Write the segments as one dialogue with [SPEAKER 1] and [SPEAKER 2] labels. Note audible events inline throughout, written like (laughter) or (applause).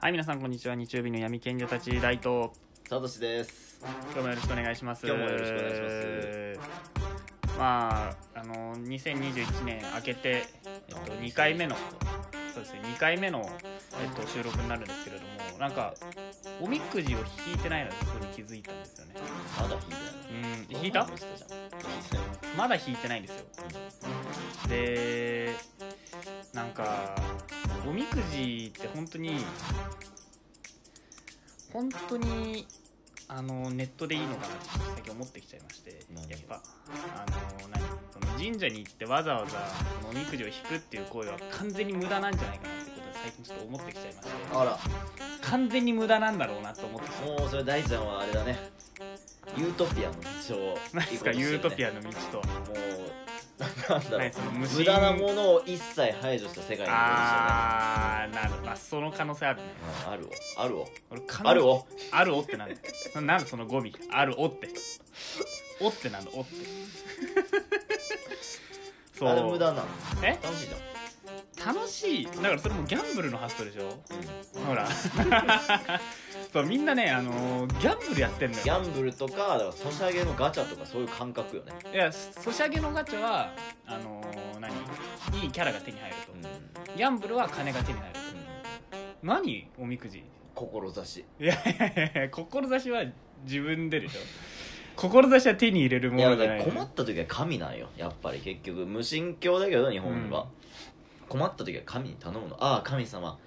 [SPEAKER 1] はい、皆さん、こんにちは。日曜日の闇金魚たち、ライト。
[SPEAKER 2] サトシです。
[SPEAKER 1] 今日もよろしくお願いします。
[SPEAKER 2] 今日もよろしくお願いし
[SPEAKER 1] ます。まあ、あの、2021年明けて、えっと、2回目の、そうですね、2回目の、えっと、収録になるんですけれども、なんか、おみくじを引いてないので、そこに気づいたんですよね。
[SPEAKER 2] まだ引いて
[SPEAKER 1] うん、
[SPEAKER 2] ない。
[SPEAKER 1] 引いた
[SPEAKER 2] 引いてない
[SPEAKER 1] まだ引いてないんですよ。でなんかおみくじって本当に本当にあのネットでいいのかなって最近思ってきちゃいまして
[SPEAKER 2] 何
[SPEAKER 1] やっぱあの何その神社に行ってわざわざそのおみくじを引くっていう行為は完全に無駄なんじゃないかなってことで最近ちょっと思ってきちゃいまして
[SPEAKER 2] あ
[SPEAKER 1] 完全に無駄なんだろうなと思ってき
[SPEAKER 2] ら、もうそれ大ちゃんはあれだね。ユートピアの道を行こうと
[SPEAKER 1] 何
[SPEAKER 2] してるね。
[SPEAKER 1] ですか、ユートピ
[SPEAKER 2] ア。
[SPEAKER 1] アの道と
[SPEAKER 2] もう、なんだろ
[SPEAKER 1] 何
[SPEAKER 2] う
[SPEAKER 1] その無。
[SPEAKER 2] 無駄なものを一切排除した世界のこと
[SPEAKER 1] あーなるまあその可能性あるね
[SPEAKER 2] でしょうね。うんあるを。あるを。
[SPEAKER 1] 俺完
[SPEAKER 2] あるを。
[SPEAKER 1] あるおってなんだ (laughs) ななんだその語尾あるおっておってなんだおって (laughs) そう
[SPEAKER 2] あれ無駄なの。
[SPEAKER 1] え
[SPEAKER 2] 楽しいじゃん。
[SPEAKER 1] 楽しいだからそれもギャンブルの発想でしょ
[SPEAKER 2] うん
[SPEAKER 1] ほら (laughs) そうみんなねあのーギャンブルやってんだ
[SPEAKER 2] ギ
[SPEAKER 1] よ
[SPEAKER 2] ャンブルとか、だからソシャゲのガチャとかそういう感覚よね。
[SPEAKER 1] いやソシャゲのガチャはあのー何いいキャラが手に入ると、
[SPEAKER 2] うん。
[SPEAKER 1] ギャンブルは金が手に入ると
[SPEAKER 2] うん
[SPEAKER 1] 何おみくじ
[SPEAKER 2] 志。
[SPEAKER 1] いやいやいや志は自分ででしょ志は手に入れる
[SPEAKER 2] い
[SPEAKER 1] も
[SPEAKER 2] や
[SPEAKER 1] のじゃ
[SPEAKER 2] だか
[SPEAKER 1] ない
[SPEAKER 2] ら困った時は神なんよやっぱり結局無神教だけど日本は、困った時は神に頼むのああ神様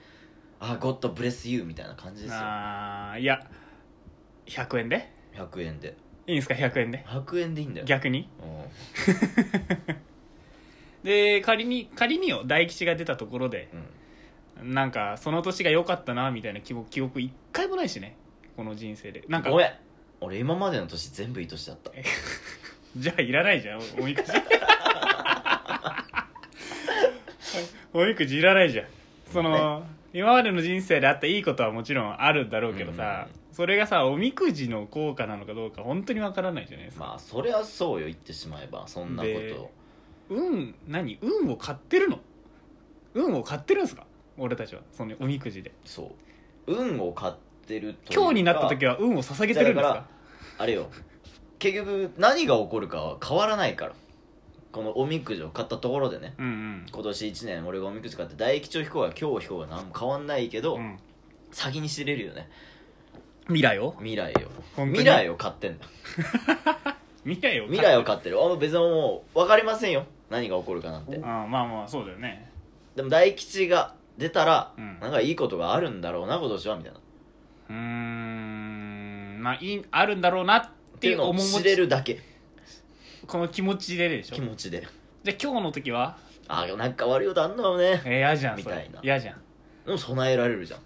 [SPEAKER 2] ああゴッドブレスユーみたいな感じですよ
[SPEAKER 1] あーいや100円で
[SPEAKER 2] 100円で
[SPEAKER 1] いいんですか100円で
[SPEAKER 2] 100円でいいんだよ
[SPEAKER 1] 逆に
[SPEAKER 2] う
[SPEAKER 1] で仮に仮によ大吉が出たところで
[SPEAKER 2] ん、うん、
[SPEAKER 1] なんかその年が良かったなみたいな記憶記憶一回もないしねこの人生でなんか
[SPEAKER 2] ごめん俺今までの年全部いい年だった
[SPEAKER 1] えじゃあいらないじゃんおおみく
[SPEAKER 2] (laughs)
[SPEAKER 1] じおみくじいらないじゃんその今までの人生であったいいことはもちろんあるだろうけどさ、
[SPEAKER 2] う
[SPEAKER 1] それがさおみくじの効果なのかどうか本当にわからないじゃないですか、
[SPEAKER 2] まあそりゃそうよ言ってしまえばそんなこ
[SPEAKER 1] で
[SPEAKER 2] とを
[SPEAKER 1] 運何運を買ってるの運を買ってるんですか俺たちはそのおみくじで
[SPEAKER 2] そう運を買ってるというか
[SPEAKER 1] 今日になった時は運を捧げてるんです
[SPEAKER 2] だ
[SPEAKER 1] か
[SPEAKER 2] かあれよ結局何が起こるかは変わらないからこのおみくじを買ったところでね
[SPEAKER 1] うんうん
[SPEAKER 2] 今年1年俺がおみくじ買って大吉を引こうが今日引こうが何も変わんないけど、
[SPEAKER 1] うん
[SPEAKER 2] 先に知れるよね
[SPEAKER 1] 未来を
[SPEAKER 2] 未来を
[SPEAKER 1] 本当に
[SPEAKER 2] 未来を買ってんだ
[SPEAKER 1] 未来を
[SPEAKER 2] 未来を
[SPEAKER 1] 買っ
[SPEAKER 2] 買ってるあもう別にもう分かりませんよ何が起こるかなん
[SPEAKER 1] て
[SPEAKER 2] て
[SPEAKER 1] ああまあまあそうだよね
[SPEAKER 2] でも大吉が出たら、
[SPEAKER 1] うん
[SPEAKER 2] なんかいいことがあるんだろうな今年はみたいなっ
[SPEAKER 1] うーんまあいいあるんだろうなって
[SPEAKER 2] てい
[SPEAKER 1] いうう
[SPEAKER 2] のを
[SPEAKER 1] 面持
[SPEAKER 2] 知
[SPEAKER 1] ち
[SPEAKER 2] れるだけ
[SPEAKER 1] この気持ちででしょ
[SPEAKER 2] 気持ちで
[SPEAKER 1] じゃあ今日の時は
[SPEAKER 2] あーなんか悪いことあんのよね
[SPEAKER 1] えー嫌じゃんそれ
[SPEAKER 2] みたいな
[SPEAKER 1] 嫌じゃん
[SPEAKER 2] でも備えられるじゃん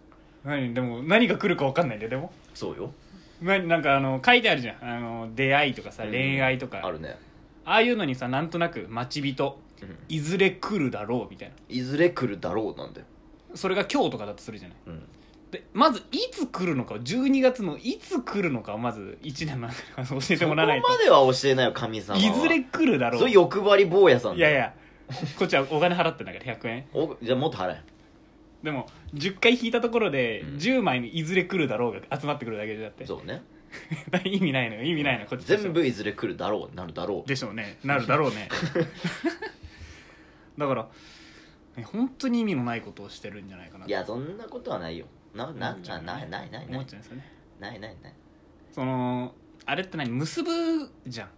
[SPEAKER 1] 何でも何が来るか分かんないんだよでも
[SPEAKER 2] そうよ
[SPEAKER 1] ななんかあの書いてあるじゃんあの出会いとかさ
[SPEAKER 2] うん
[SPEAKER 1] 恋愛とか、
[SPEAKER 2] あるね、
[SPEAKER 1] ああいうのにさなんとなく待ち人
[SPEAKER 2] うん
[SPEAKER 1] いずれ来るだろうみたい
[SPEAKER 2] いずれ来るだろうなんだよ、
[SPEAKER 1] なそれが今日とかだとするじゃない
[SPEAKER 2] うん、
[SPEAKER 1] でまずいつ来るのか12月のいつ来るのかをまず1年の中で教えて
[SPEAKER 2] そこ
[SPEAKER 1] もら
[SPEAKER 2] ま
[SPEAKER 1] わない
[SPEAKER 2] で
[SPEAKER 1] と
[SPEAKER 2] は教えないよ神様はい
[SPEAKER 1] ずれ来るだろ
[SPEAKER 2] そうれ
[SPEAKER 1] い
[SPEAKER 2] 欲張り坊やさんだ
[SPEAKER 1] や
[SPEAKER 2] よ
[SPEAKER 1] いやこっちはお金払ってんだから100円
[SPEAKER 2] おじゃあもっと払え
[SPEAKER 1] でも10回引いたところで
[SPEAKER 2] うん
[SPEAKER 1] 10枚にいずれ来るだろうが集まってくるだけじゃって
[SPEAKER 2] そうね
[SPEAKER 1] (laughs) 意味ないのよ意味ないのよこっちとしては
[SPEAKER 2] 全部いずれ来るだろうなるだろう
[SPEAKER 1] でしょうねなるだろう
[SPEAKER 2] (laughs)
[SPEAKER 1] ねだから、ね、本当に意味のないことをしてるんじゃないかなと
[SPEAKER 2] いやそんなことはないよなな
[SPEAKER 1] うん
[SPEAKER 2] なないないないな
[SPEAKER 1] 思っ
[SPEAKER 2] い
[SPEAKER 1] ちゃうんですよね
[SPEAKER 2] ないないない
[SPEAKER 1] そのあれって何結ぶじゃん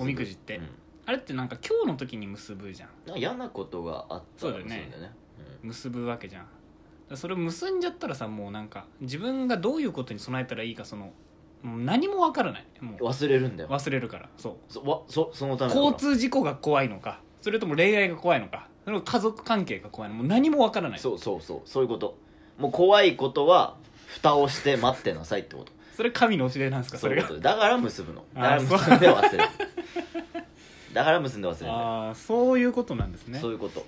[SPEAKER 1] おみくじって
[SPEAKER 2] うん
[SPEAKER 1] あれってなんか今日の時に結ぶじゃん
[SPEAKER 2] なんか嫌なことがあった
[SPEAKER 1] そう
[SPEAKER 2] ら
[SPEAKER 1] だよね
[SPEAKER 2] そうだよね
[SPEAKER 1] 結ぶわけじゃんだからそれを結んじゃったらさもうなんか自分がどういうことに備えたらいいかそのもう何もわからないも
[SPEAKER 2] うん
[SPEAKER 1] う
[SPEAKER 2] 忘れるんだよ
[SPEAKER 1] 忘れるからそう
[SPEAKER 2] そわそそのためだから
[SPEAKER 1] 交通事故が怖いのかそれとも恋愛が怖いのかそれとも家族関係が怖いのかもう何もわからない
[SPEAKER 2] そうそうそうそういうこともう怖いことは蓋をして待ってなさいってこと
[SPEAKER 1] それ神の教えなんですか (laughs) そ
[SPEAKER 2] そう
[SPEAKER 1] れ
[SPEAKER 2] いう
[SPEAKER 1] が
[SPEAKER 2] ことだから結ぶのだか
[SPEAKER 1] あ
[SPEAKER 2] ら
[SPEAKER 1] ー
[SPEAKER 2] 結んで忘れるだから結んで忘れるね
[SPEAKER 1] ああそういうことなんですね
[SPEAKER 2] そういうこと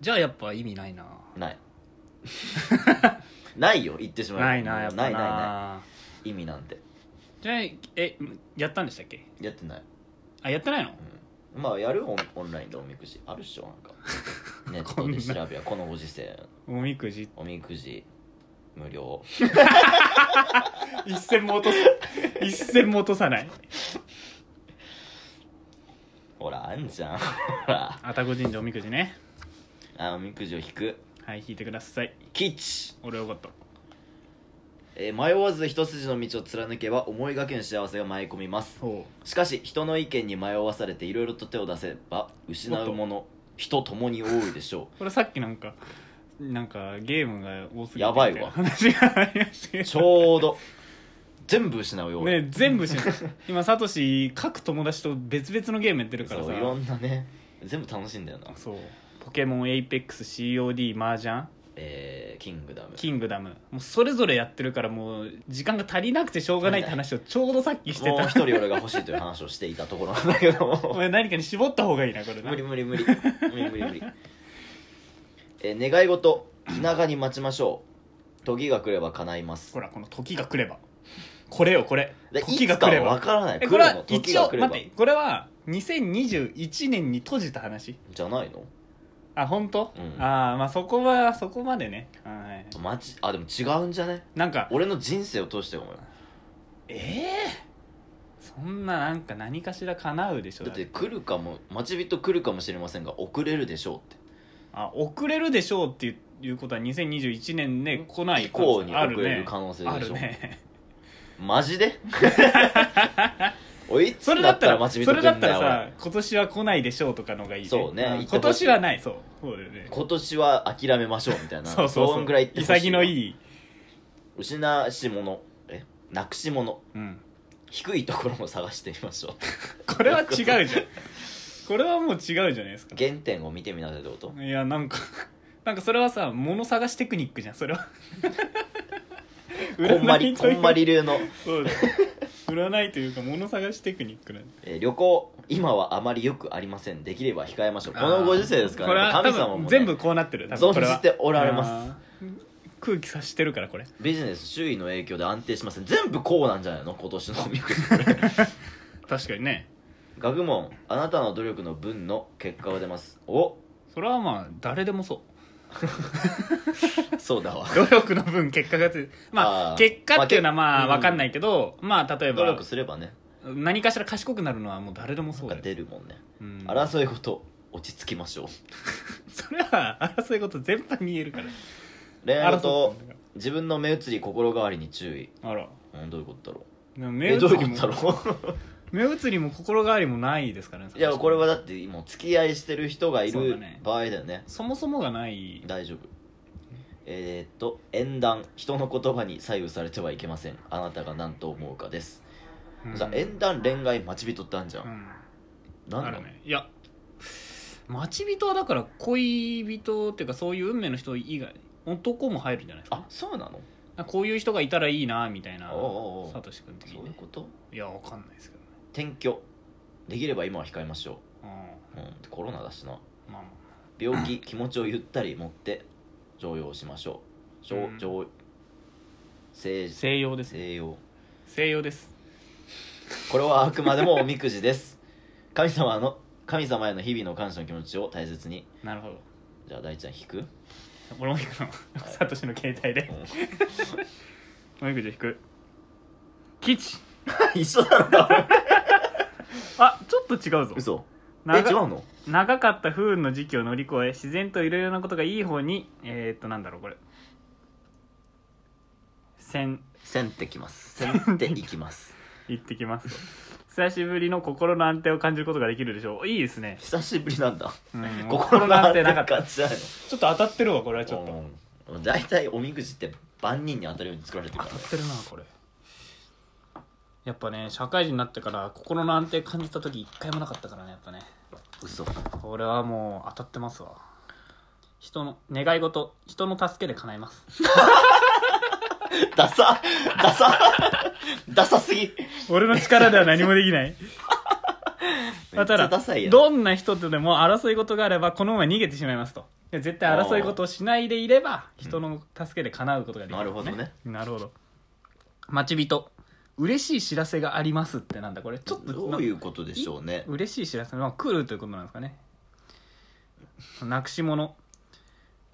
[SPEAKER 1] じゃあやっぱ意味ないな
[SPEAKER 2] ない
[SPEAKER 1] (laughs)
[SPEAKER 2] ないよ言ってしまえば
[SPEAKER 1] ないなやっぱな
[SPEAKER 2] ないないない意味なんて
[SPEAKER 1] じゃあえやったんでしたっけ
[SPEAKER 2] やってない、
[SPEAKER 1] あやってないの
[SPEAKER 2] うん、まあやるよオンオンラインでおみくじある
[SPEAKER 1] (laughs)
[SPEAKER 2] っしょなんかネットで調べやこのご時世
[SPEAKER 1] おみくじ
[SPEAKER 2] おみくじ無料
[SPEAKER 1] 一銭も落
[SPEAKER 2] (laughs)
[SPEAKER 1] とす一銭も落とさない
[SPEAKER 2] ほらあんじゃんほら
[SPEAKER 1] 愛宕神社おみくじね
[SPEAKER 2] あおみくじを引く
[SPEAKER 1] はい引いてください
[SPEAKER 2] 吉、
[SPEAKER 1] 俺よかった
[SPEAKER 2] えー迷わず一筋の道を貫けば思いがけぬ幸せが舞い込みます
[SPEAKER 1] ほ
[SPEAKER 2] しかし人の意見に迷わされていろいろと手を出せば失うもの人ともに多いでしょ
[SPEAKER 1] うこれさっきなんかなんかゲームが多すぎて
[SPEAKER 2] やばいわ
[SPEAKER 1] みたな話がありましたけ (laughs)
[SPEAKER 2] う
[SPEAKER 1] ど
[SPEAKER 2] ちょうど全部失うよ
[SPEAKER 1] ね全部しない今サトシ各友達と別々のゲームやってるから
[SPEAKER 2] そ
[SPEAKER 1] さ
[SPEAKER 2] ういろんなね全部楽しいんだよな
[SPEAKER 1] そうポケモンエイペックス COD マージャン
[SPEAKER 2] えー、キングダム
[SPEAKER 1] キングダムもうそれぞれやってるからもう時間が足りなくてしょうがないって話をちょうどさっきして
[SPEAKER 2] もう
[SPEAKER 1] た
[SPEAKER 2] 一人俺が欲しいという話をしていたところなんだけど
[SPEAKER 1] お (laughs)
[SPEAKER 2] も
[SPEAKER 1] 前何かに絞った方がいいなこれな
[SPEAKER 2] 無理無理無理無理無理無理、えー願い事気長に待ちましょう時が来れば叶います
[SPEAKER 1] ほらこの時が来ればこれよこれ
[SPEAKER 2] で
[SPEAKER 1] 時
[SPEAKER 2] い
[SPEAKER 1] が来
[SPEAKER 2] つか
[SPEAKER 1] れば
[SPEAKER 2] は分からない
[SPEAKER 1] え
[SPEAKER 2] 来
[SPEAKER 1] これ
[SPEAKER 2] るの
[SPEAKER 1] は
[SPEAKER 2] 時
[SPEAKER 1] 一
[SPEAKER 2] が
[SPEAKER 1] 応
[SPEAKER 2] 来れば
[SPEAKER 1] 待ってこれは2021年に閉じた話
[SPEAKER 2] じゃないの
[SPEAKER 1] あ本当、
[SPEAKER 2] うん
[SPEAKER 1] ああまあそこはそこまでね、はい、
[SPEAKER 2] マジあでも違うんじゃね
[SPEAKER 1] なんか
[SPEAKER 2] 俺の人生を通して思うよ
[SPEAKER 1] ええそんななんか何かしら叶うでしょ
[SPEAKER 2] だって来るかも待ち人来るかもしれませんが遅れるでしょうって
[SPEAKER 1] あ遅れるでしょうっていういうことは2021年ね来ない
[SPEAKER 2] 以降に
[SPEAKER 1] あ
[SPEAKER 2] 遅
[SPEAKER 1] る
[SPEAKER 2] れる
[SPEAKER 1] ね
[SPEAKER 2] 可能性
[SPEAKER 1] あ
[SPEAKER 2] でし
[SPEAKER 1] る
[SPEAKER 2] ょ、 (laughs)
[SPEAKER 1] ね
[SPEAKER 2] マ
[SPEAKER 1] (laughs)
[SPEAKER 2] ジでおいいつ
[SPEAKER 1] それ
[SPEAKER 2] にな
[SPEAKER 1] だっ
[SPEAKER 2] っ
[SPEAKER 1] た
[SPEAKER 2] たら
[SPEAKER 1] ら
[SPEAKER 2] 待ち
[SPEAKER 1] そ
[SPEAKER 2] 人
[SPEAKER 1] れ
[SPEAKER 2] 来ん
[SPEAKER 1] だった
[SPEAKER 2] だ
[SPEAKER 1] ら
[SPEAKER 2] よ
[SPEAKER 1] さ
[SPEAKER 2] 俺
[SPEAKER 1] 今年は来ないでしょうとかのがいい
[SPEAKER 2] そうね
[SPEAKER 1] ん今年はないそうそうだよね
[SPEAKER 2] 今年は諦めましょうみたいな
[SPEAKER 1] そうそうそ
[SPEAKER 2] ん
[SPEAKER 1] う
[SPEAKER 2] ぐらい言ってほし
[SPEAKER 1] 潔のいい、
[SPEAKER 2] 失し物えなくし物
[SPEAKER 1] うん、
[SPEAKER 2] 低いところも探してみましょう
[SPEAKER 1] これは違うじ
[SPEAKER 2] (laughs)
[SPEAKER 1] ゃんこれはもう違うじゃないですか
[SPEAKER 2] 原点を見てみなさいってこと
[SPEAKER 1] いやなんか (laughs) なんかそれはさ物探しテクニックじゃんそ
[SPEAKER 2] (laughs)
[SPEAKER 1] れは (laughs)
[SPEAKER 2] こんまり
[SPEAKER 1] と
[SPEAKER 2] こ
[SPEAKER 1] いうん
[SPEAKER 2] まり流の、
[SPEAKER 1] そうだよ占いというか物探しテクニックなんだ
[SPEAKER 2] えー旅行今はあまりよくありませんできれば控えましょうこ
[SPEAKER 1] あ
[SPEAKER 2] の
[SPEAKER 1] ー
[SPEAKER 2] ご時世ですから、
[SPEAKER 1] これは
[SPEAKER 2] 神
[SPEAKER 1] 神
[SPEAKER 2] 様
[SPEAKER 1] 様
[SPEAKER 2] も、ね、
[SPEAKER 1] 全部こうなってる多分これは
[SPEAKER 2] 存じておられます
[SPEAKER 1] あー空気察してるからこれ
[SPEAKER 2] ビジネス周囲の影響で安定しません全部こうなんじゃないの
[SPEAKER 1] (laughs)
[SPEAKER 2] 今年のおみくじ
[SPEAKER 1] 確かにね
[SPEAKER 2] 学問あなたの努力の分の結果が出ますお
[SPEAKER 1] それはまあ誰でもそ
[SPEAKER 2] そうだ
[SPEAKER 1] (laughs)
[SPEAKER 2] わ
[SPEAKER 1] う努力の分結果がつま
[SPEAKER 2] あー
[SPEAKER 1] あ結果っていうのはまあ
[SPEAKER 2] まあ
[SPEAKER 1] 分
[SPEAKER 2] け
[SPEAKER 1] かんないけどまあ例え
[SPEAKER 2] 努
[SPEAKER 1] ば
[SPEAKER 2] 力すればね
[SPEAKER 1] 何かしら賢くなるのはもう誰でもそ
[SPEAKER 2] な
[SPEAKER 1] うんだ
[SPEAKER 2] か
[SPEAKER 1] よ
[SPEAKER 2] 出るもんね、
[SPEAKER 1] うん
[SPEAKER 2] 争い事落ち着きましょう
[SPEAKER 1] (laughs) それは争い事全般に言えるから
[SPEAKER 2] 恋愛事
[SPEAKER 1] 争ってんだか
[SPEAKER 2] 自分の目移り心変わりに注意
[SPEAKER 1] らあら
[SPEAKER 2] うんどういうことだろう
[SPEAKER 1] でも
[SPEAKER 2] え
[SPEAKER 1] 目移
[SPEAKER 2] どういう
[SPEAKER 1] り
[SPEAKER 2] ことだ
[SPEAKER 1] も
[SPEAKER 2] ろ
[SPEAKER 1] 目移りも心変わりもないですからね (laughs)
[SPEAKER 2] ういやこれはだって今付き合いしてる人がい
[SPEAKER 1] そうだ
[SPEAKER 2] る
[SPEAKER 1] ね
[SPEAKER 2] 場合だよね
[SPEAKER 1] そもそもがない
[SPEAKER 2] 大丈夫えー、っと縁談人の言葉に左右されてはいけませんあなたが何と思うかです、
[SPEAKER 1] うん
[SPEAKER 2] さ縁談恋愛待ち人ってあんじゃん、
[SPEAKER 1] うん
[SPEAKER 2] なん
[SPEAKER 1] あ
[SPEAKER 2] だ
[SPEAKER 1] るねいや待ち人はだから恋人っていうかそういう運命の人以外男も入るんじゃないですか
[SPEAKER 2] あそうなの
[SPEAKER 1] なんかこういう人がいたらいいなみたいな
[SPEAKER 2] おうおうおう
[SPEAKER 1] サトシ君的
[SPEAKER 2] そ
[SPEAKER 1] に
[SPEAKER 2] ういう
[SPEAKER 1] ね
[SPEAKER 2] こと
[SPEAKER 1] いやわかんないですけどね
[SPEAKER 2] 転居できれば今は控えましょ
[SPEAKER 1] うん
[SPEAKER 2] う、うん、コロナだしな
[SPEAKER 1] まあま
[SPEAKER 2] 病気気持ちをゆったり持って常用しましょう常
[SPEAKER 1] うん
[SPEAKER 2] 常西
[SPEAKER 1] あ西洋です
[SPEAKER 2] 西洋
[SPEAKER 1] 西洋です
[SPEAKER 2] これはあくまでもおみくじです神様の神様への日々の感謝の気持ちを大切に
[SPEAKER 1] なるほど
[SPEAKER 2] じゃあ大ちゃん引く
[SPEAKER 1] 俺も行くのサトシの携帯でおみくじ引く吉
[SPEAKER 2] 一緒だ
[SPEAKER 1] (laughs)
[SPEAKER 2] ろ
[SPEAKER 1] あちょっと違うぞ
[SPEAKER 2] 嘘え違
[SPEAKER 1] 長
[SPEAKER 2] うの
[SPEAKER 1] 長かった不運の時期を乗り越え自然といろいろなことがいい方にえー、っとなんだろうこれ千
[SPEAKER 2] 線ってきます線っていきます
[SPEAKER 1] 行ってき (laughs) ます久しぶりの心の安定を感じることができるでしょういいですね、
[SPEAKER 2] 久しぶりなんだ
[SPEAKER 1] (laughs) うん
[SPEAKER 2] 心の安定
[SPEAKER 1] なか
[SPEAKER 2] な
[SPEAKER 1] っ
[SPEAKER 2] かったたじゃないの
[SPEAKER 1] ちょっと当たってるわこれはちょっと
[SPEAKER 2] うん大体おみくじって万人に当たるように作られてる
[SPEAKER 1] 当
[SPEAKER 2] から
[SPEAKER 1] たってるなこれやっぱね社会人になってから心の安定感じた時一回もなかったからねやっぱね
[SPEAKER 2] 嘘
[SPEAKER 1] これはもう当たってますわ人の願い事人の助けで叶えます
[SPEAKER 2] ダサダサダサすぎ
[SPEAKER 1] (laughs) 俺の力では何もできない
[SPEAKER 2] めっちゃダサいやん
[SPEAKER 1] どんな人とでも争い事があればこのまま逃げてしまいますとで絶対争い事をしないでいれば人の助けで叶うことができる、
[SPEAKER 2] なるほどね
[SPEAKER 1] なるほど待ち人嬉しい知らせがありますってなんだこれちょっと
[SPEAKER 2] どういうことでしょうね
[SPEAKER 1] 嬉しい知らせ、まあ、来るということなんですかねなくし物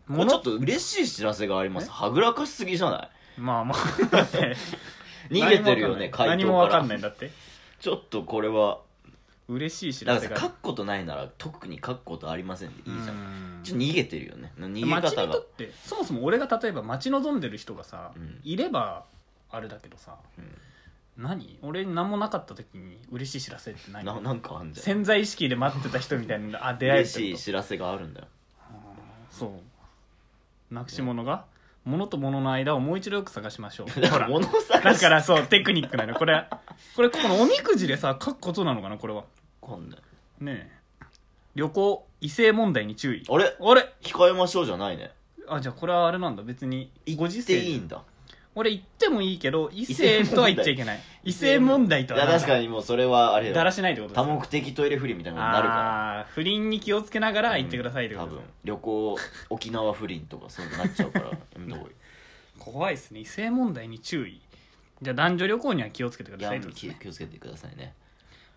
[SPEAKER 2] もうちょっ
[SPEAKER 1] と
[SPEAKER 2] と嬉しい知らせがありますはぐらかしすぎじゃない
[SPEAKER 1] まあまあ
[SPEAKER 2] (laughs) 逃げてるよね回答から
[SPEAKER 1] 何もわかんないんだって
[SPEAKER 2] ちょっとこれは
[SPEAKER 1] 嬉しい知
[SPEAKER 2] だ
[SPEAKER 1] ら
[SPEAKER 2] か
[SPEAKER 1] せ
[SPEAKER 2] ら
[SPEAKER 1] が
[SPEAKER 2] さ書くことないなら特に書くことありませんでいいじゃん、
[SPEAKER 1] うん
[SPEAKER 2] ちょっと逃げてるよね逃げ
[SPEAKER 1] 待ち
[SPEAKER 2] 方
[SPEAKER 1] 人
[SPEAKER 2] が
[SPEAKER 1] ってそもそも俺が例えば待ち望んでる人がさ、
[SPEAKER 2] うん
[SPEAKER 1] いればあれだけどさ何俺何もなかった時に嬉しい知らせって
[SPEAKER 2] う
[SPEAKER 1] 何
[SPEAKER 2] んななんかあんじゃん
[SPEAKER 1] 潜在意識で待ってた人みたいなあ出会え
[SPEAKER 2] 嬉
[SPEAKER 1] て
[SPEAKER 2] し
[SPEAKER 1] る
[SPEAKER 2] い
[SPEAKER 1] と
[SPEAKER 2] 知らせがあるんだよ
[SPEAKER 1] そうなくし物が物と物の間をもう一度よく探しましょう
[SPEAKER 2] (laughs) だ
[SPEAKER 1] ほ
[SPEAKER 2] からら物を探
[SPEAKER 1] だ
[SPEAKER 2] し
[SPEAKER 1] からそうテクニックなのこれこれこのおみくじでさ書くことなのかなこれは
[SPEAKER 2] わかんない
[SPEAKER 1] ねえ旅行異性問題に注意
[SPEAKER 2] あれ
[SPEAKER 1] あれ
[SPEAKER 2] 控えましょうじゃないね
[SPEAKER 1] あじゃあこれはあれなんだ別に
[SPEAKER 2] 行
[SPEAKER 1] ご
[SPEAKER 2] っ
[SPEAKER 1] 時
[SPEAKER 2] て
[SPEAKER 1] 世
[SPEAKER 2] いいんだ
[SPEAKER 1] 俺言ってもいいけど異性とは言っちゃいけない異性問題と
[SPEAKER 2] い
[SPEAKER 1] は
[SPEAKER 2] や
[SPEAKER 1] なん
[SPEAKER 2] 確かにもうそれはあれよ
[SPEAKER 1] だらしないってことです
[SPEAKER 2] 多
[SPEAKER 1] よ
[SPEAKER 2] 目的トイレフリーみたいなことになるから
[SPEAKER 1] あー不倫に気をつけながら行ってくださいってこ
[SPEAKER 2] 多
[SPEAKER 1] と、
[SPEAKER 2] 分旅行沖縄不倫とかそういうのなっちゃ
[SPEAKER 1] (laughs)
[SPEAKER 2] うからやめた方がいい
[SPEAKER 1] 怖いですね異性問題に注意じゃあ男女旅行には気をつけてく
[SPEAKER 2] い
[SPEAKER 1] だ
[SPEAKER 2] や
[SPEAKER 1] さいってことです
[SPEAKER 2] 気
[SPEAKER 1] ね
[SPEAKER 2] 気をつけてくださいね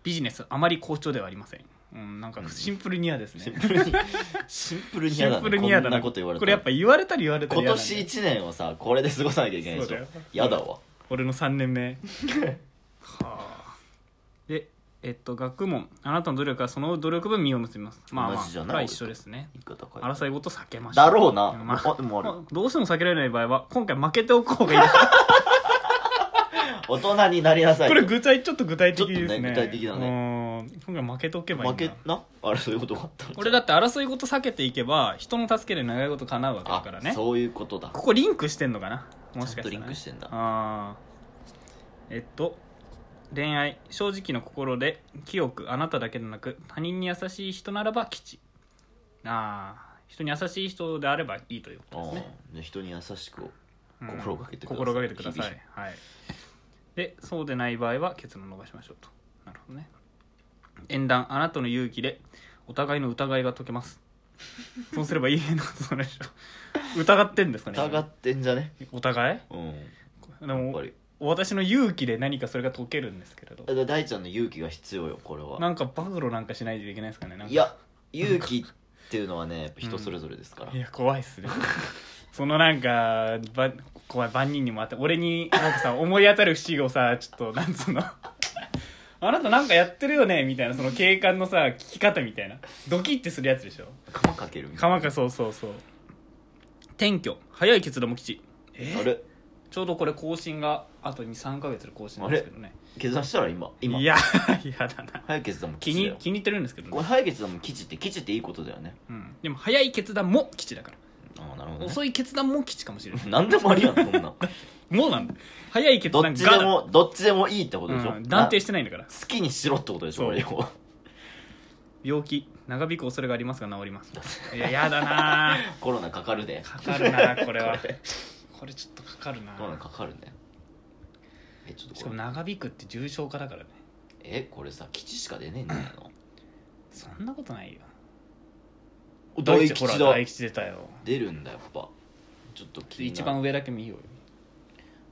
[SPEAKER 1] ビジネスあまり好調ではありませんうんなんかシンプルに嫌ですね
[SPEAKER 2] シンプルにシンプルに
[SPEAKER 1] シ
[SPEAKER 2] 嫌だ
[SPEAKER 1] ンプ
[SPEAKER 2] ね
[SPEAKER 1] ルに嫌だ
[SPEAKER 2] こん
[SPEAKER 1] な
[SPEAKER 2] なこと言われたら
[SPEAKER 1] これやっぱ言われたり言われたり
[SPEAKER 2] 今
[SPEAKER 1] 嫌だね
[SPEAKER 2] 年1年をさこれで過ごさなきゃいけないでし
[SPEAKER 1] そうだ
[SPEAKER 2] ょ
[SPEAKER 1] よ
[SPEAKER 2] 嫌だわ
[SPEAKER 1] 俺の3年
[SPEAKER 2] (laughs)
[SPEAKER 1] 目はあでえっと学問あなたの努力はその努力分実を結びますまあま
[SPEAKER 2] 同
[SPEAKER 1] あ
[SPEAKER 2] じじゃ
[SPEAKER 1] こ
[SPEAKER 2] な
[SPEAKER 1] れ
[SPEAKER 2] い
[SPEAKER 1] は一緒ですね
[SPEAKER 2] 言い方変え
[SPEAKER 1] 争いごと避けま
[SPEAKER 2] た
[SPEAKER 1] しょう
[SPEAKER 2] だろうな、
[SPEAKER 1] まあ
[SPEAKER 2] あ、でもある
[SPEAKER 1] まあどうしても避けられない場合は今回負けておく方がいいです
[SPEAKER 2] 大人になりなさい
[SPEAKER 1] これ具体ちょっと具体的
[SPEAKER 2] ちょ
[SPEAKER 1] で
[SPEAKER 2] っと
[SPEAKER 1] す
[SPEAKER 2] ね
[SPEAKER 1] ね
[SPEAKER 2] 具体的だね
[SPEAKER 1] ね今回負けておけばいい
[SPEAKER 2] 負
[SPEAKER 1] んだ
[SPEAKER 2] けなあれそういうことがあった
[SPEAKER 1] 俺だって争いごと避けていけば人の助けで長いこと叶うわけだから
[SPEAKER 2] あ
[SPEAKER 1] ねこ
[SPEAKER 2] そういうことだ
[SPEAKER 1] こリンクしてんのかなもしかしたら、ね、
[SPEAKER 2] ちゃんとリンクしてんだ
[SPEAKER 1] あーえっと恋愛正直の心で清くあなただけでなく他人に優しい人ならば吉ああ人に優しい人であればいいということですね
[SPEAKER 2] うん人に優しく
[SPEAKER 1] うん
[SPEAKER 2] 心がけてください
[SPEAKER 1] 心がけてくださ
[SPEAKER 2] 日
[SPEAKER 1] い、はい、でそうでない場合は結論を逃しましょうとなるほどね縁談あなたの勇気でお互いの疑いが解けますそうすればいい変なことになるでしょ疑ってんですかね
[SPEAKER 2] 疑ってんじゃね
[SPEAKER 1] お互い
[SPEAKER 2] うん
[SPEAKER 1] で
[SPEAKER 2] やっぱ
[SPEAKER 1] も
[SPEAKER 2] り
[SPEAKER 1] 私の勇気で何かそれが解けるんですけれど
[SPEAKER 2] だから大ちゃんの勇気が必要よこれは
[SPEAKER 1] なんか暴露なんかしないといけないですかねなんか
[SPEAKER 2] いや勇気っていうのはねやっぱ人それぞれですから、
[SPEAKER 1] いや怖いっすねそのなんかば怖い万人にもあって俺になんかさ思い当たる節をさちょっとなんつうのあなたなんかやってるよねみたいなその警官のさ聞き方みたいなドキッてするやつでしょ
[SPEAKER 2] 鎌かけるみたい
[SPEAKER 1] 鎌
[SPEAKER 2] な
[SPEAKER 1] かそうそうそう転居早い決断も吉え
[SPEAKER 2] あれ
[SPEAKER 1] ちょうどこれ更新があと23か月で更新なんですけどね
[SPEAKER 2] 決断したら今今
[SPEAKER 1] いや嫌だな
[SPEAKER 2] 早い決断も
[SPEAKER 1] 気
[SPEAKER 2] 吉だ
[SPEAKER 1] に
[SPEAKER 2] よ
[SPEAKER 1] 気に入ってるんですけど
[SPEAKER 2] これ
[SPEAKER 1] ね、
[SPEAKER 2] 早い決断も吉って吉っていいことだよね
[SPEAKER 1] うん、でも早い決断も吉だから、
[SPEAKER 2] ああなるほど、ね、
[SPEAKER 1] 遅い決断も吉かもしれない
[SPEAKER 2] 何でもありやんそ
[SPEAKER 1] (laughs)
[SPEAKER 2] んなん
[SPEAKER 1] もうなんだ早い決
[SPEAKER 2] ど
[SPEAKER 1] 断
[SPEAKER 2] っ
[SPEAKER 1] が
[SPEAKER 2] ちでもどっちでもいいってことでしょ、
[SPEAKER 1] うん、断定してないんだから
[SPEAKER 2] な好きにしろってことでし
[SPEAKER 1] そ
[SPEAKER 2] ょ
[SPEAKER 1] う
[SPEAKER 2] 俺を
[SPEAKER 1] 病気長引く恐れがありますが治りますいややだなぁ
[SPEAKER 2] (laughs) コロナかかるで
[SPEAKER 1] かかるな
[SPEAKER 2] (laughs)
[SPEAKER 1] ぁこれは
[SPEAKER 2] これ
[SPEAKER 1] これちょっとかかるな
[SPEAKER 2] コロナ
[SPEAKER 1] ぁ
[SPEAKER 2] かかるねえちょ
[SPEAKER 1] し
[SPEAKER 2] っと
[SPEAKER 1] か
[SPEAKER 2] こ
[SPEAKER 1] も
[SPEAKER 2] れ
[SPEAKER 1] 長引くって重症化だからね
[SPEAKER 2] えこれさ吉しか出ねえんじゃないの
[SPEAKER 1] そんなことないよ
[SPEAKER 2] お大吉
[SPEAKER 1] ほら
[SPEAKER 2] だ
[SPEAKER 1] 大吉出たよ
[SPEAKER 2] 出るんだやっぱちょっと気になる
[SPEAKER 1] 一番上だけ見ようよ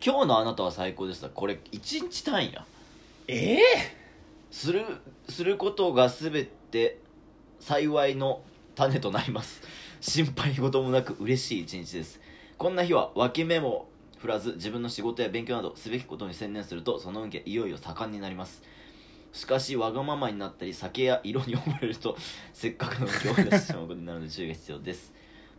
[SPEAKER 2] 今日のあなたは最高ですだこれ1日単位や
[SPEAKER 1] ええ
[SPEAKER 2] するすることが全て幸いの種となります (laughs) 心配事もなく嬉しい一日ですこんな日は脇目も振らず自分の仕事や勉強などすべきことに専念するとその運気はいよいよ盛んになりますしかしわがままになったり酒や色に溺れると (laughs) せっかくの運気を出してしまうことになるので注意が必要です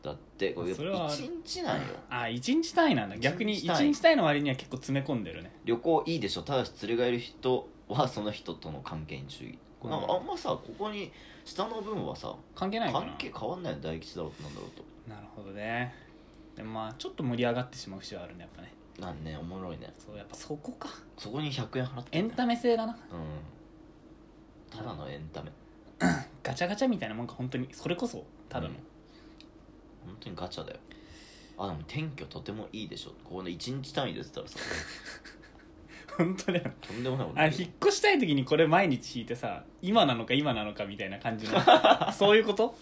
[SPEAKER 2] だってこれ
[SPEAKER 1] それはある
[SPEAKER 2] 1日なんよ
[SPEAKER 1] あ一日単位なんだ逆に
[SPEAKER 2] 一
[SPEAKER 1] 一
[SPEAKER 2] 日単位
[SPEAKER 1] 日単位の割には結構詰め込んでるね
[SPEAKER 2] 旅行いいでしょただし連れがいる人はその人との関係に注意なんかあんまさここに下の分はさ
[SPEAKER 1] 関係ないかな
[SPEAKER 2] 関係変わんないの大吉だろうとなんだろう
[SPEAKER 1] なるほどねでもまあちょっと盛り上がってしまう節はあるねやっぱね
[SPEAKER 2] となんねおもろいね
[SPEAKER 1] そうやっぱそこか
[SPEAKER 2] そこに100円払って
[SPEAKER 1] エンタメ性だな
[SPEAKER 2] うんただのエンタメ
[SPEAKER 1] ガチャガチャみたいなもんか本当にそれこそただの、
[SPEAKER 2] うん本当にガチャだよあでも転居とてもいいでしょここで1日単位で言ってたら
[SPEAKER 1] (laughs)
[SPEAKER 2] さ
[SPEAKER 1] 本当だよ
[SPEAKER 2] とんでもないこと
[SPEAKER 1] あ
[SPEAKER 2] だ
[SPEAKER 1] れ
[SPEAKER 2] よ
[SPEAKER 1] 引っ越したい時にこれ毎日引いてさ今なのか今なのかみたいな感じ
[SPEAKER 2] (laughs)
[SPEAKER 1] のそういうこと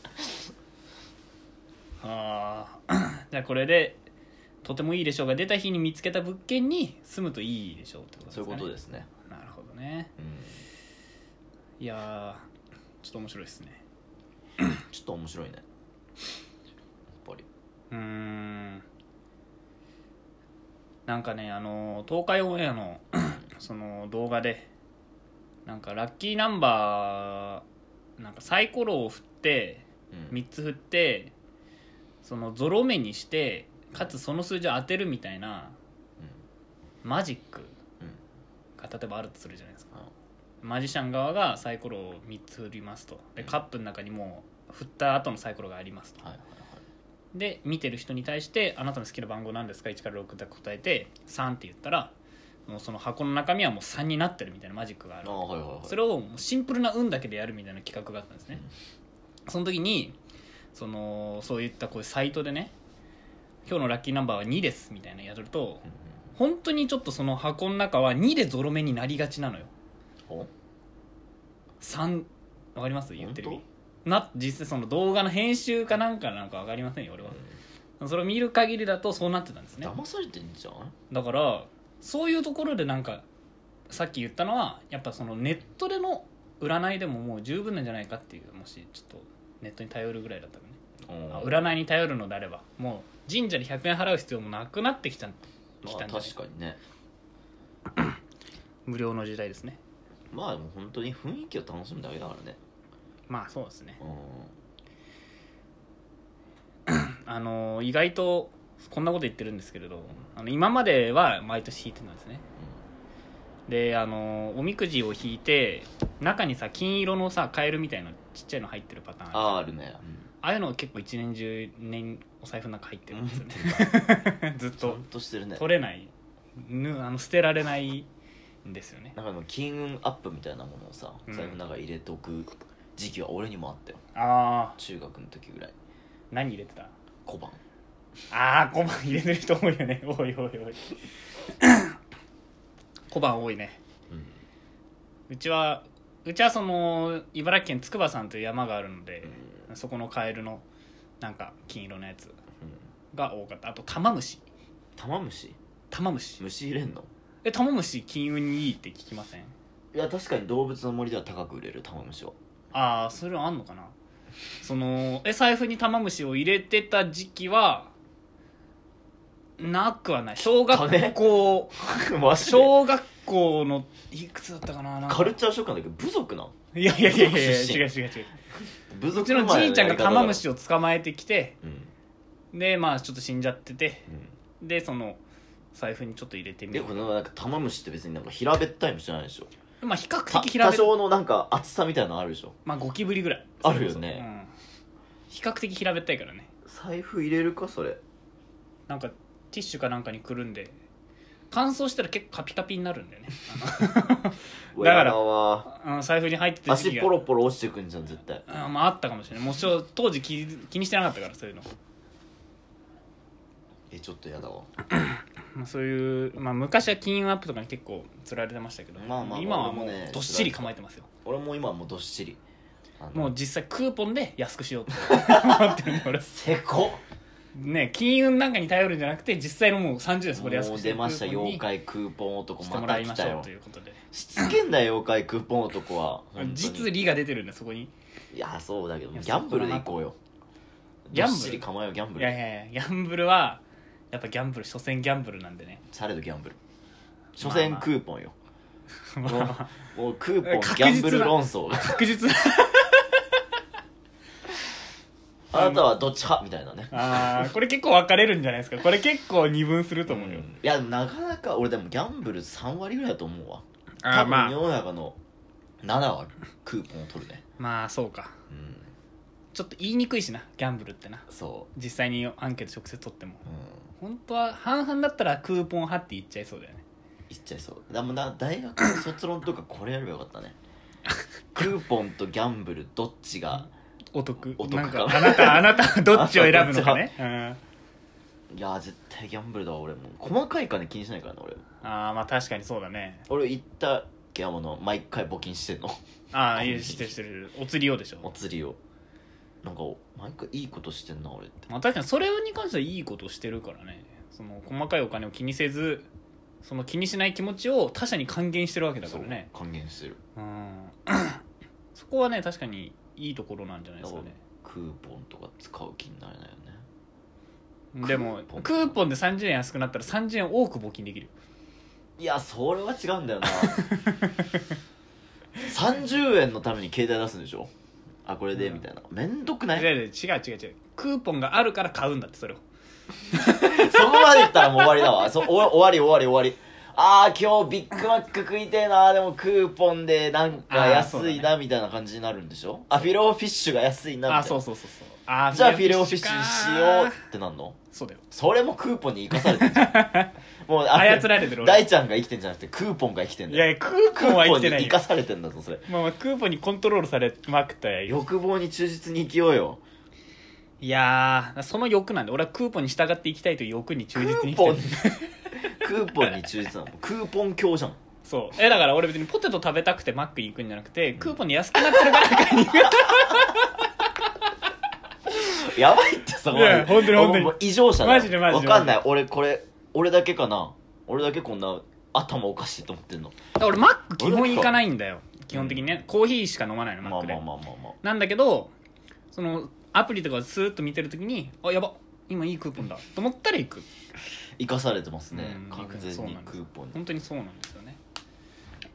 [SPEAKER 1] ああ (clears throat) じゃあこれでとてもいいでしょうが出た日に見つけた物件に住むといいでしょうってことです
[SPEAKER 2] そう
[SPEAKER 1] か、ね、
[SPEAKER 2] いうことですね
[SPEAKER 1] なるほどね
[SPEAKER 2] うん
[SPEAKER 1] いやーちょっと面白いですね
[SPEAKER 2] ちょっと面白いねやっぱり
[SPEAKER 1] うーんなんかねあの東海オンエアの (clears throat) その動画でなんかラッキーナンバーなんかサイコロを振って
[SPEAKER 2] うん
[SPEAKER 1] 3つ振ってそのゾロ目にしてかつその数字を当てるみたいなマジック
[SPEAKER 2] うん
[SPEAKER 1] が例えばあるとするじゃないですか
[SPEAKER 2] あ
[SPEAKER 1] マジシャン側がサイコロを3つ振りますとでカップの中にもう振った後のサイコロがありますと
[SPEAKER 2] はいはいはい
[SPEAKER 1] で見てる人に対して「あなたの好きな番号なんですか ?1 から6」だ答えて「3」って言ったらもうその箱の中身はもう3になってるみたいなマジックがある
[SPEAKER 2] あはいはいはい
[SPEAKER 1] それをもうシンプルな運だけでやるみたいな企画があったんですねその時にそのそういったこういうサイトでね「今日のラッキーナンバーは2です」みたいなのやると
[SPEAKER 2] うんうん
[SPEAKER 1] 本当にちょっとその箱の中は2でゾロ目になりがちなのよ
[SPEAKER 2] ほ
[SPEAKER 1] 3わかります言ってる意味
[SPEAKER 2] 本
[SPEAKER 1] な実際その動画の編集かなんかなのかわかりませんよ俺は
[SPEAKER 2] う、
[SPEAKER 1] それを見る限りだとそうなってたんですね
[SPEAKER 2] 騙されてんじゃん
[SPEAKER 1] だからそういうところでなんかさっき言ったのはやっぱそのネットでの占いでももう十分なんじゃないかっていうもしちょっとネットに頼るぐらいだったらね
[SPEAKER 2] うん
[SPEAKER 1] あ占いに頼るのであればもう神社に100円払う必要もなくなってきた
[SPEAKER 2] ま
[SPEAKER 1] きた
[SPEAKER 2] あ
[SPEAKER 1] んじゃない
[SPEAKER 2] 確かにね
[SPEAKER 1] 無料の時代ですね
[SPEAKER 2] まあでも本当に雰囲気を楽しむだけだからね
[SPEAKER 1] まあそうですね
[SPEAKER 2] う
[SPEAKER 1] あのー意外とこんなこと言ってるんですけれどあの今までは毎年引いてたんですねであのーおみくじを引いて中にさ金色のさカエルみたいなちっちゃいの入ってるパターンあるじゃん
[SPEAKER 2] ああるね
[SPEAKER 1] ああいうの結構一年中年お財布の中入ってるんですよね (laughs) ずっ
[SPEAKER 2] ちゃ
[SPEAKER 1] と
[SPEAKER 2] んとしてるね
[SPEAKER 1] 取れないぬあの捨てられないんですよね
[SPEAKER 2] なんかでも金運アップみたいなものをさ
[SPEAKER 1] うん
[SPEAKER 2] 財布の中に入れとく時期は俺にもあったよ
[SPEAKER 1] ああ
[SPEAKER 2] 中学の時ぐらい
[SPEAKER 1] 何入れてた
[SPEAKER 2] 小判
[SPEAKER 1] ああ小判入れてる人多いよね (laughs) おいおい (coughs) おい小判多いねうちはうちはその茨城県筑波山という山があるので、そこのカエルのなんか金色のやつが多かったあと玉虫
[SPEAKER 2] 玉虫
[SPEAKER 1] 玉虫
[SPEAKER 2] 虫入れんの
[SPEAKER 1] え玉虫金運にいいって聞きません
[SPEAKER 2] いや確かに動物の森では高く売れる
[SPEAKER 1] (laughs)
[SPEAKER 2] 玉虫は
[SPEAKER 1] ああそれはあんのかなそのえ財布に玉虫を入れてた時期はなくはない小学校
[SPEAKER 2] マジで
[SPEAKER 1] 小学校のいくつだったかななんか
[SPEAKER 2] カルチャーショックなんだけど部族なん
[SPEAKER 1] いやいやいやいや
[SPEAKER 2] 出身
[SPEAKER 1] 違う違う違う
[SPEAKER 2] 部
[SPEAKER 1] う
[SPEAKER 2] 族
[SPEAKER 1] ちのじいちゃんが玉
[SPEAKER 2] 虫
[SPEAKER 1] 虫を捕まえてきて
[SPEAKER 2] うん
[SPEAKER 1] でまあちょっと死んじゃってて
[SPEAKER 2] う
[SPEAKER 1] でその財布にちょっと入れて
[SPEAKER 2] ん
[SPEAKER 1] み
[SPEAKER 2] で
[SPEAKER 1] る
[SPEAKER 2] このなんか玉虫って別になんか平べったい虫じゃないでしょ
[SPEAKER 1] まあ比較
[SPEAKER 2] た
[SPEAKER 1] 的平
[SPEAKER 2] 多
[SPEAKER 1] べったい
[SPEAKER 2] 少のなんか厚さみたいなのあるでしょ
[SPEAKER 1] まあゴキブリぐらい
[SPEAKER 2] あるよね
[SPEAKER 1] それこそうん比較的平べったいからね
[SPEAKER 2] 財布入れるかそれ
[SPEAKER 1] なんかティッシュかなんかにくるんで乾燥したら結構カピカピになるんだよね
[SPEAKER 2] だ
[SPEAKER 1] から
[SPEAKER 2] は
[SPEAKER 1] あのうん財布に入ってた時期
[SPEAKER 2] 足
[SPEAKER 1] が
[SPEAKER 2] ポロポロ落ちてくんじゃん絶対
[SPEAKER 1] あまああったかもしれないもうちょ当時気気にしてなかったからそういうの、
[SPEAKER 2] えちょっとやだわ
[SPEAKER 1] まあ、そういう、まあ、昔は金運アップとかに結構つられてましたけど、
[SPEAKER 2] まあまあ
[SPEAKER 1] 今は
[SPEAKER 2] 俺
[SPEAKER 1] も
[SPEAKER 2] も
[SPEAKER 1] う
[SPEAKER 2] ね
[SPEAKER 1] どっしり構えてますよ
[SPEAKER 2] 俺も今はもうどっしりあの
[SPEAKER 1] もう実際クーポンで安くしようと思ってるんで俺
[SPEAKER 2] せこ
[SPEAKER 1] ね金運なんかに頼るんじゃなくて実際のもう30円そこで安
[SPEAKER 2] も
[SPEAKER 1] く
[SPEAKER 2] う
[SPEAKER 1] して
[SPEAKER 2] 出ました
[SPEAKER 1] クーポンに
[SPEAKER 2] 妖怪クーポン男
[SPEAKER 1] して
[SPEAKER 2] ま
[SPEAKER 1] もら
[SPEAKER 2] た
[SPEAKER 1] いま
[SPEAKER 2] 来
[SPEAKER 1] しょ
[SPEAKER 2] た
[SPEAKER 1] う
[SPEAKER 2] よ
[SPEAKER 1] ということで
[SPEAKER 2] しつけんなよ妖怪クーポン男は本当
[SPEAKER 1] (laughs)
[SPEAKER 2] に
[SPEAKER 1] 実利が出てるんでそこに
[SPEAKER 2] いやそうだけどギャンブルでいこうよ
[SPEAKER 1] ギ
[SPEAKER 2] ギ
[SPEAKER 1] ャ
[SPEAKER 2] ャ
[SPEAKER 1] ンブル
[SPEAKER 2] ンブル構えようギャンブ
[SPEAKER 1] いやい
[SPEAKER 2] ル
[SPEAKER 1] やいやギャンブルはやっぱギャンブル所詮ギャンブルなんで (laughs) ね
[SPEAKER 2] されどギャンブル所詮クーポンよ、
[SPEAKER 1] (laughs) まあまあ
[SPEAKER 2] もうもうクーポン
[SPEAKER 1] 確実
[SPEAKER 2] ギ
[SPEAKER 1] な
[SPEAKER 2] ャンブル論争
[SPEAKER 1] 確実な
[SPEAKER 2] あなたはどっち派みたいなね
[SPEAKER 1] あーこれ結構分かれるんじゃないですかこれ結構二分すると思うよ、
[SPEAKER 2] うんいやなかなか俺でもギャンブル3割ぐらいだと思うわ
[SPEAKER 1] あー
[SPEAKER 2] 多
[SPEAKER 1] ま
[SPEAKER 2] 分
[SPEAKER 1] あ
[SPEAKER 2] 世の中の7はクーポンを取るね
[SPEAKER 1] まあそうか
[SPEAKER 2] うん
[SPEAKER 1] ちょっと言いにくいしなギャンブルってな
[SPEAKER 2] そ
[SPEAKER 1] 実際にアンケート直接取っても
[SPEAKER 2] ううん
[SPEAKER 1] 本当は半々だったらクーポン派って言っちゃいそうだよね
[SPEAKER 2] いっちゃいそうでもな大学の卒論とかこれやればよかっ
[SPEAKER 1] (laughs)
[SPEAKER 2] たねクーポンとギャンブルどっちが
[SPEAKER 1] お得
[SPEAKER 2] お得
[SPEAKER 1] なんか
[SPEAKER 2] か
[SPEAKER 1] あなたあな (laughs) たどっちを選ぶのかね
[SPEAKER 2] いやー絶対ギャンブルだわ俺もう細かい金気にしないからね俺
[SPEAKER 1] うん、ああまあ確かにそうだね
[SPEAKER 2] 俺行ったギャンブルの毎回募金してんの
[SPEAKER 1] ああいいしてるしてるお釣り用でし
[SPEAKER 2] お
[SPEAKER 1] ょ、
[SPEAKER 2] 釣りをなんか毎回いいことしてんな俺って
[SPEAKER 1] まあ、確かにそれに関してはいいことしてるからねその細かいお金を気にせずその気にしない気持ちを他者に還元してるわけだからね
[SPEAKER 2] そう還元してる
[SPEAKER 1] うん (clears throat) そこはね確かにいいところなんじゃないですかね
[SPEAKER 2] クーポンとか使う気になれないよね
[SPEAKER 1] でも
[SPEAKER 2] クーポン
[SPEAKER 1] クーポンで30円安くなったら30円多く募金できる
[SPEAKER 2] いやそれは違うんだ
[SPEAKER 1] (laughs)
[SPEAKER 2] よな30円のために携帯出すんでしょあこれで
[SPEAKER 1] うん
[SPEAKER 2] みたいなめんどくない
[SPEAKER 1] 違う違う違う違う違うクーポンがあるから買うんだってそれを
[SPEAKER 2] そこまでいったらもう終わりだわそ終わ終わり終わり終わりああ今日ビッグマック食いてえなでもクーポンでなんか安いなみたいな感じになるんでしょあ,、フィレオフィッシュが安いなみたいな
[SPEAKER 1] あそうそうそうそうあー
[SPEAKER 2] じゃあフィレオフィッシュにしよう
[SPEAKER 1] か
[SPEAKER 2] ってなんの
[SPEAKER 1] そうだよ
[SPEAKER 2] それもクーポンに生かされてんじゃん
[SPEAKER 1] (laughs)
[SPEAKER 2] もうあれ
[SPEAKER 1] 操られてる俺
[SPEAKER 2] 大ちゃんが生きてんじゃなくてクーポンが生きてん
[SPEAKER 1] い
[SPEAKER 2] だよ
[SPEAKER 1] やいやクーポンは言ってない
[SPEAKER 2] クーポンに生
[SPEAKER 1] よ
[SPEAKER 2] かされてんだぞそれ
[SPEAKER 1] まあまあ、クーポンにコントロールされまくったよ
[SPEAKER 2] 欲望に忠実に生きようよ
[SPEAKER 1] いやーその欲なんで俺はクーポンに従っていきたいという欲に忠
[SPEAKER 2] ク
[SPEAKER 1] 実に生きて
[SPEAKER 2] ーポ
[SPEAKER 1] る
[SPEAKER 2] ンクーポンに (laughs) 忠実なのクーポン教じゃん
[SPEAKER 1] そうえだから俺別にポテト食べたくてマックに行くんじゃなくてクーポンに安くなってるから買いに行く
[SPEAKER 2] やばいってそこまで
[SPEAKER 1] いや本当に本当に
[SPEAKER 2] もう異常者だ
[SPEAKER 1] マジでマジで
[SPEAKER 2] わかんない俺これ俺だけかな俺だけこんな頭おかしいと思ってんの
[SPEAKER 1] だから俺マック基本行かないんだよ基本的にねコーヒーしか飲まないの
[SPEAKER 2] ま
[SPEAKER 1] マ
[SPEAKER 2] あ
[SPEAKER 1] ッ
[SPEAKER 2] まあ
[SPEAKER 1] ク
[SPEAKER 2] ま
[SPEAKER 1] で、
[SPEAKER 2] あまあまあ
[SPEAKER 1] なんだけどそのアプリとかをスーッと見てるときにあやば今いいクーポンだと思ったら行く
[SPEAKER 2] 生かされてますね
[SPEAKER 1] うん
[SPEAKER 2] 完
[SPEAKER 1] そ
[SPEAKER 2] 全
[SPEAKER 1] うなん
[SPEAKER 2] に
[SPEAKER 1] です
[SPEAKER 2] クーポンに
[SPEAKER 1] 本当にそうなんですよね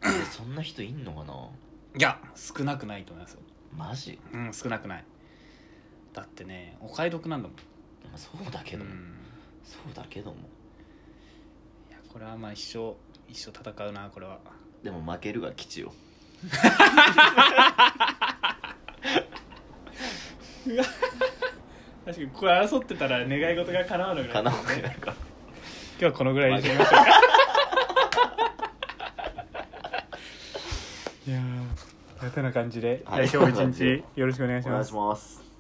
[SPEAKER 2] えそんな人いんのかない
[SPEAKER 1] や少なくないと思いますよ
[SPEAKER 2] マジ
[SPEAKER 1] うん少なくないだってねお買い得なんだもん
[SPEAKER 2] まあそうだけど
[SPEAKER 1] う
[SPEAKER 2] も
[SPEAKER 1] ん
[SPEAKER 2] そうだけども
[SPEAKER 1] いやこれはまあ一生一生戦うなこれは
[SPEAKER 2] でも負けるが吉よ
[SPEAKER 1] 確かにこれ争ってたら願い事が叶わなく
[SPEAKER 2] かなわなくなるから
[SPEAKER 1] 今日はこのぐらいにしましょ (laughs) ういやーこんな感じで、
[SPEAKER 2] はい
[SPEAKER 1] じゃあ今日も一日よろしくお願いし
[SPEAKER 2] お
[SPEAKER 1] ま
[SPEAKER 2] 願い
[SPEAKER 1] す
[SPEAKER 2] します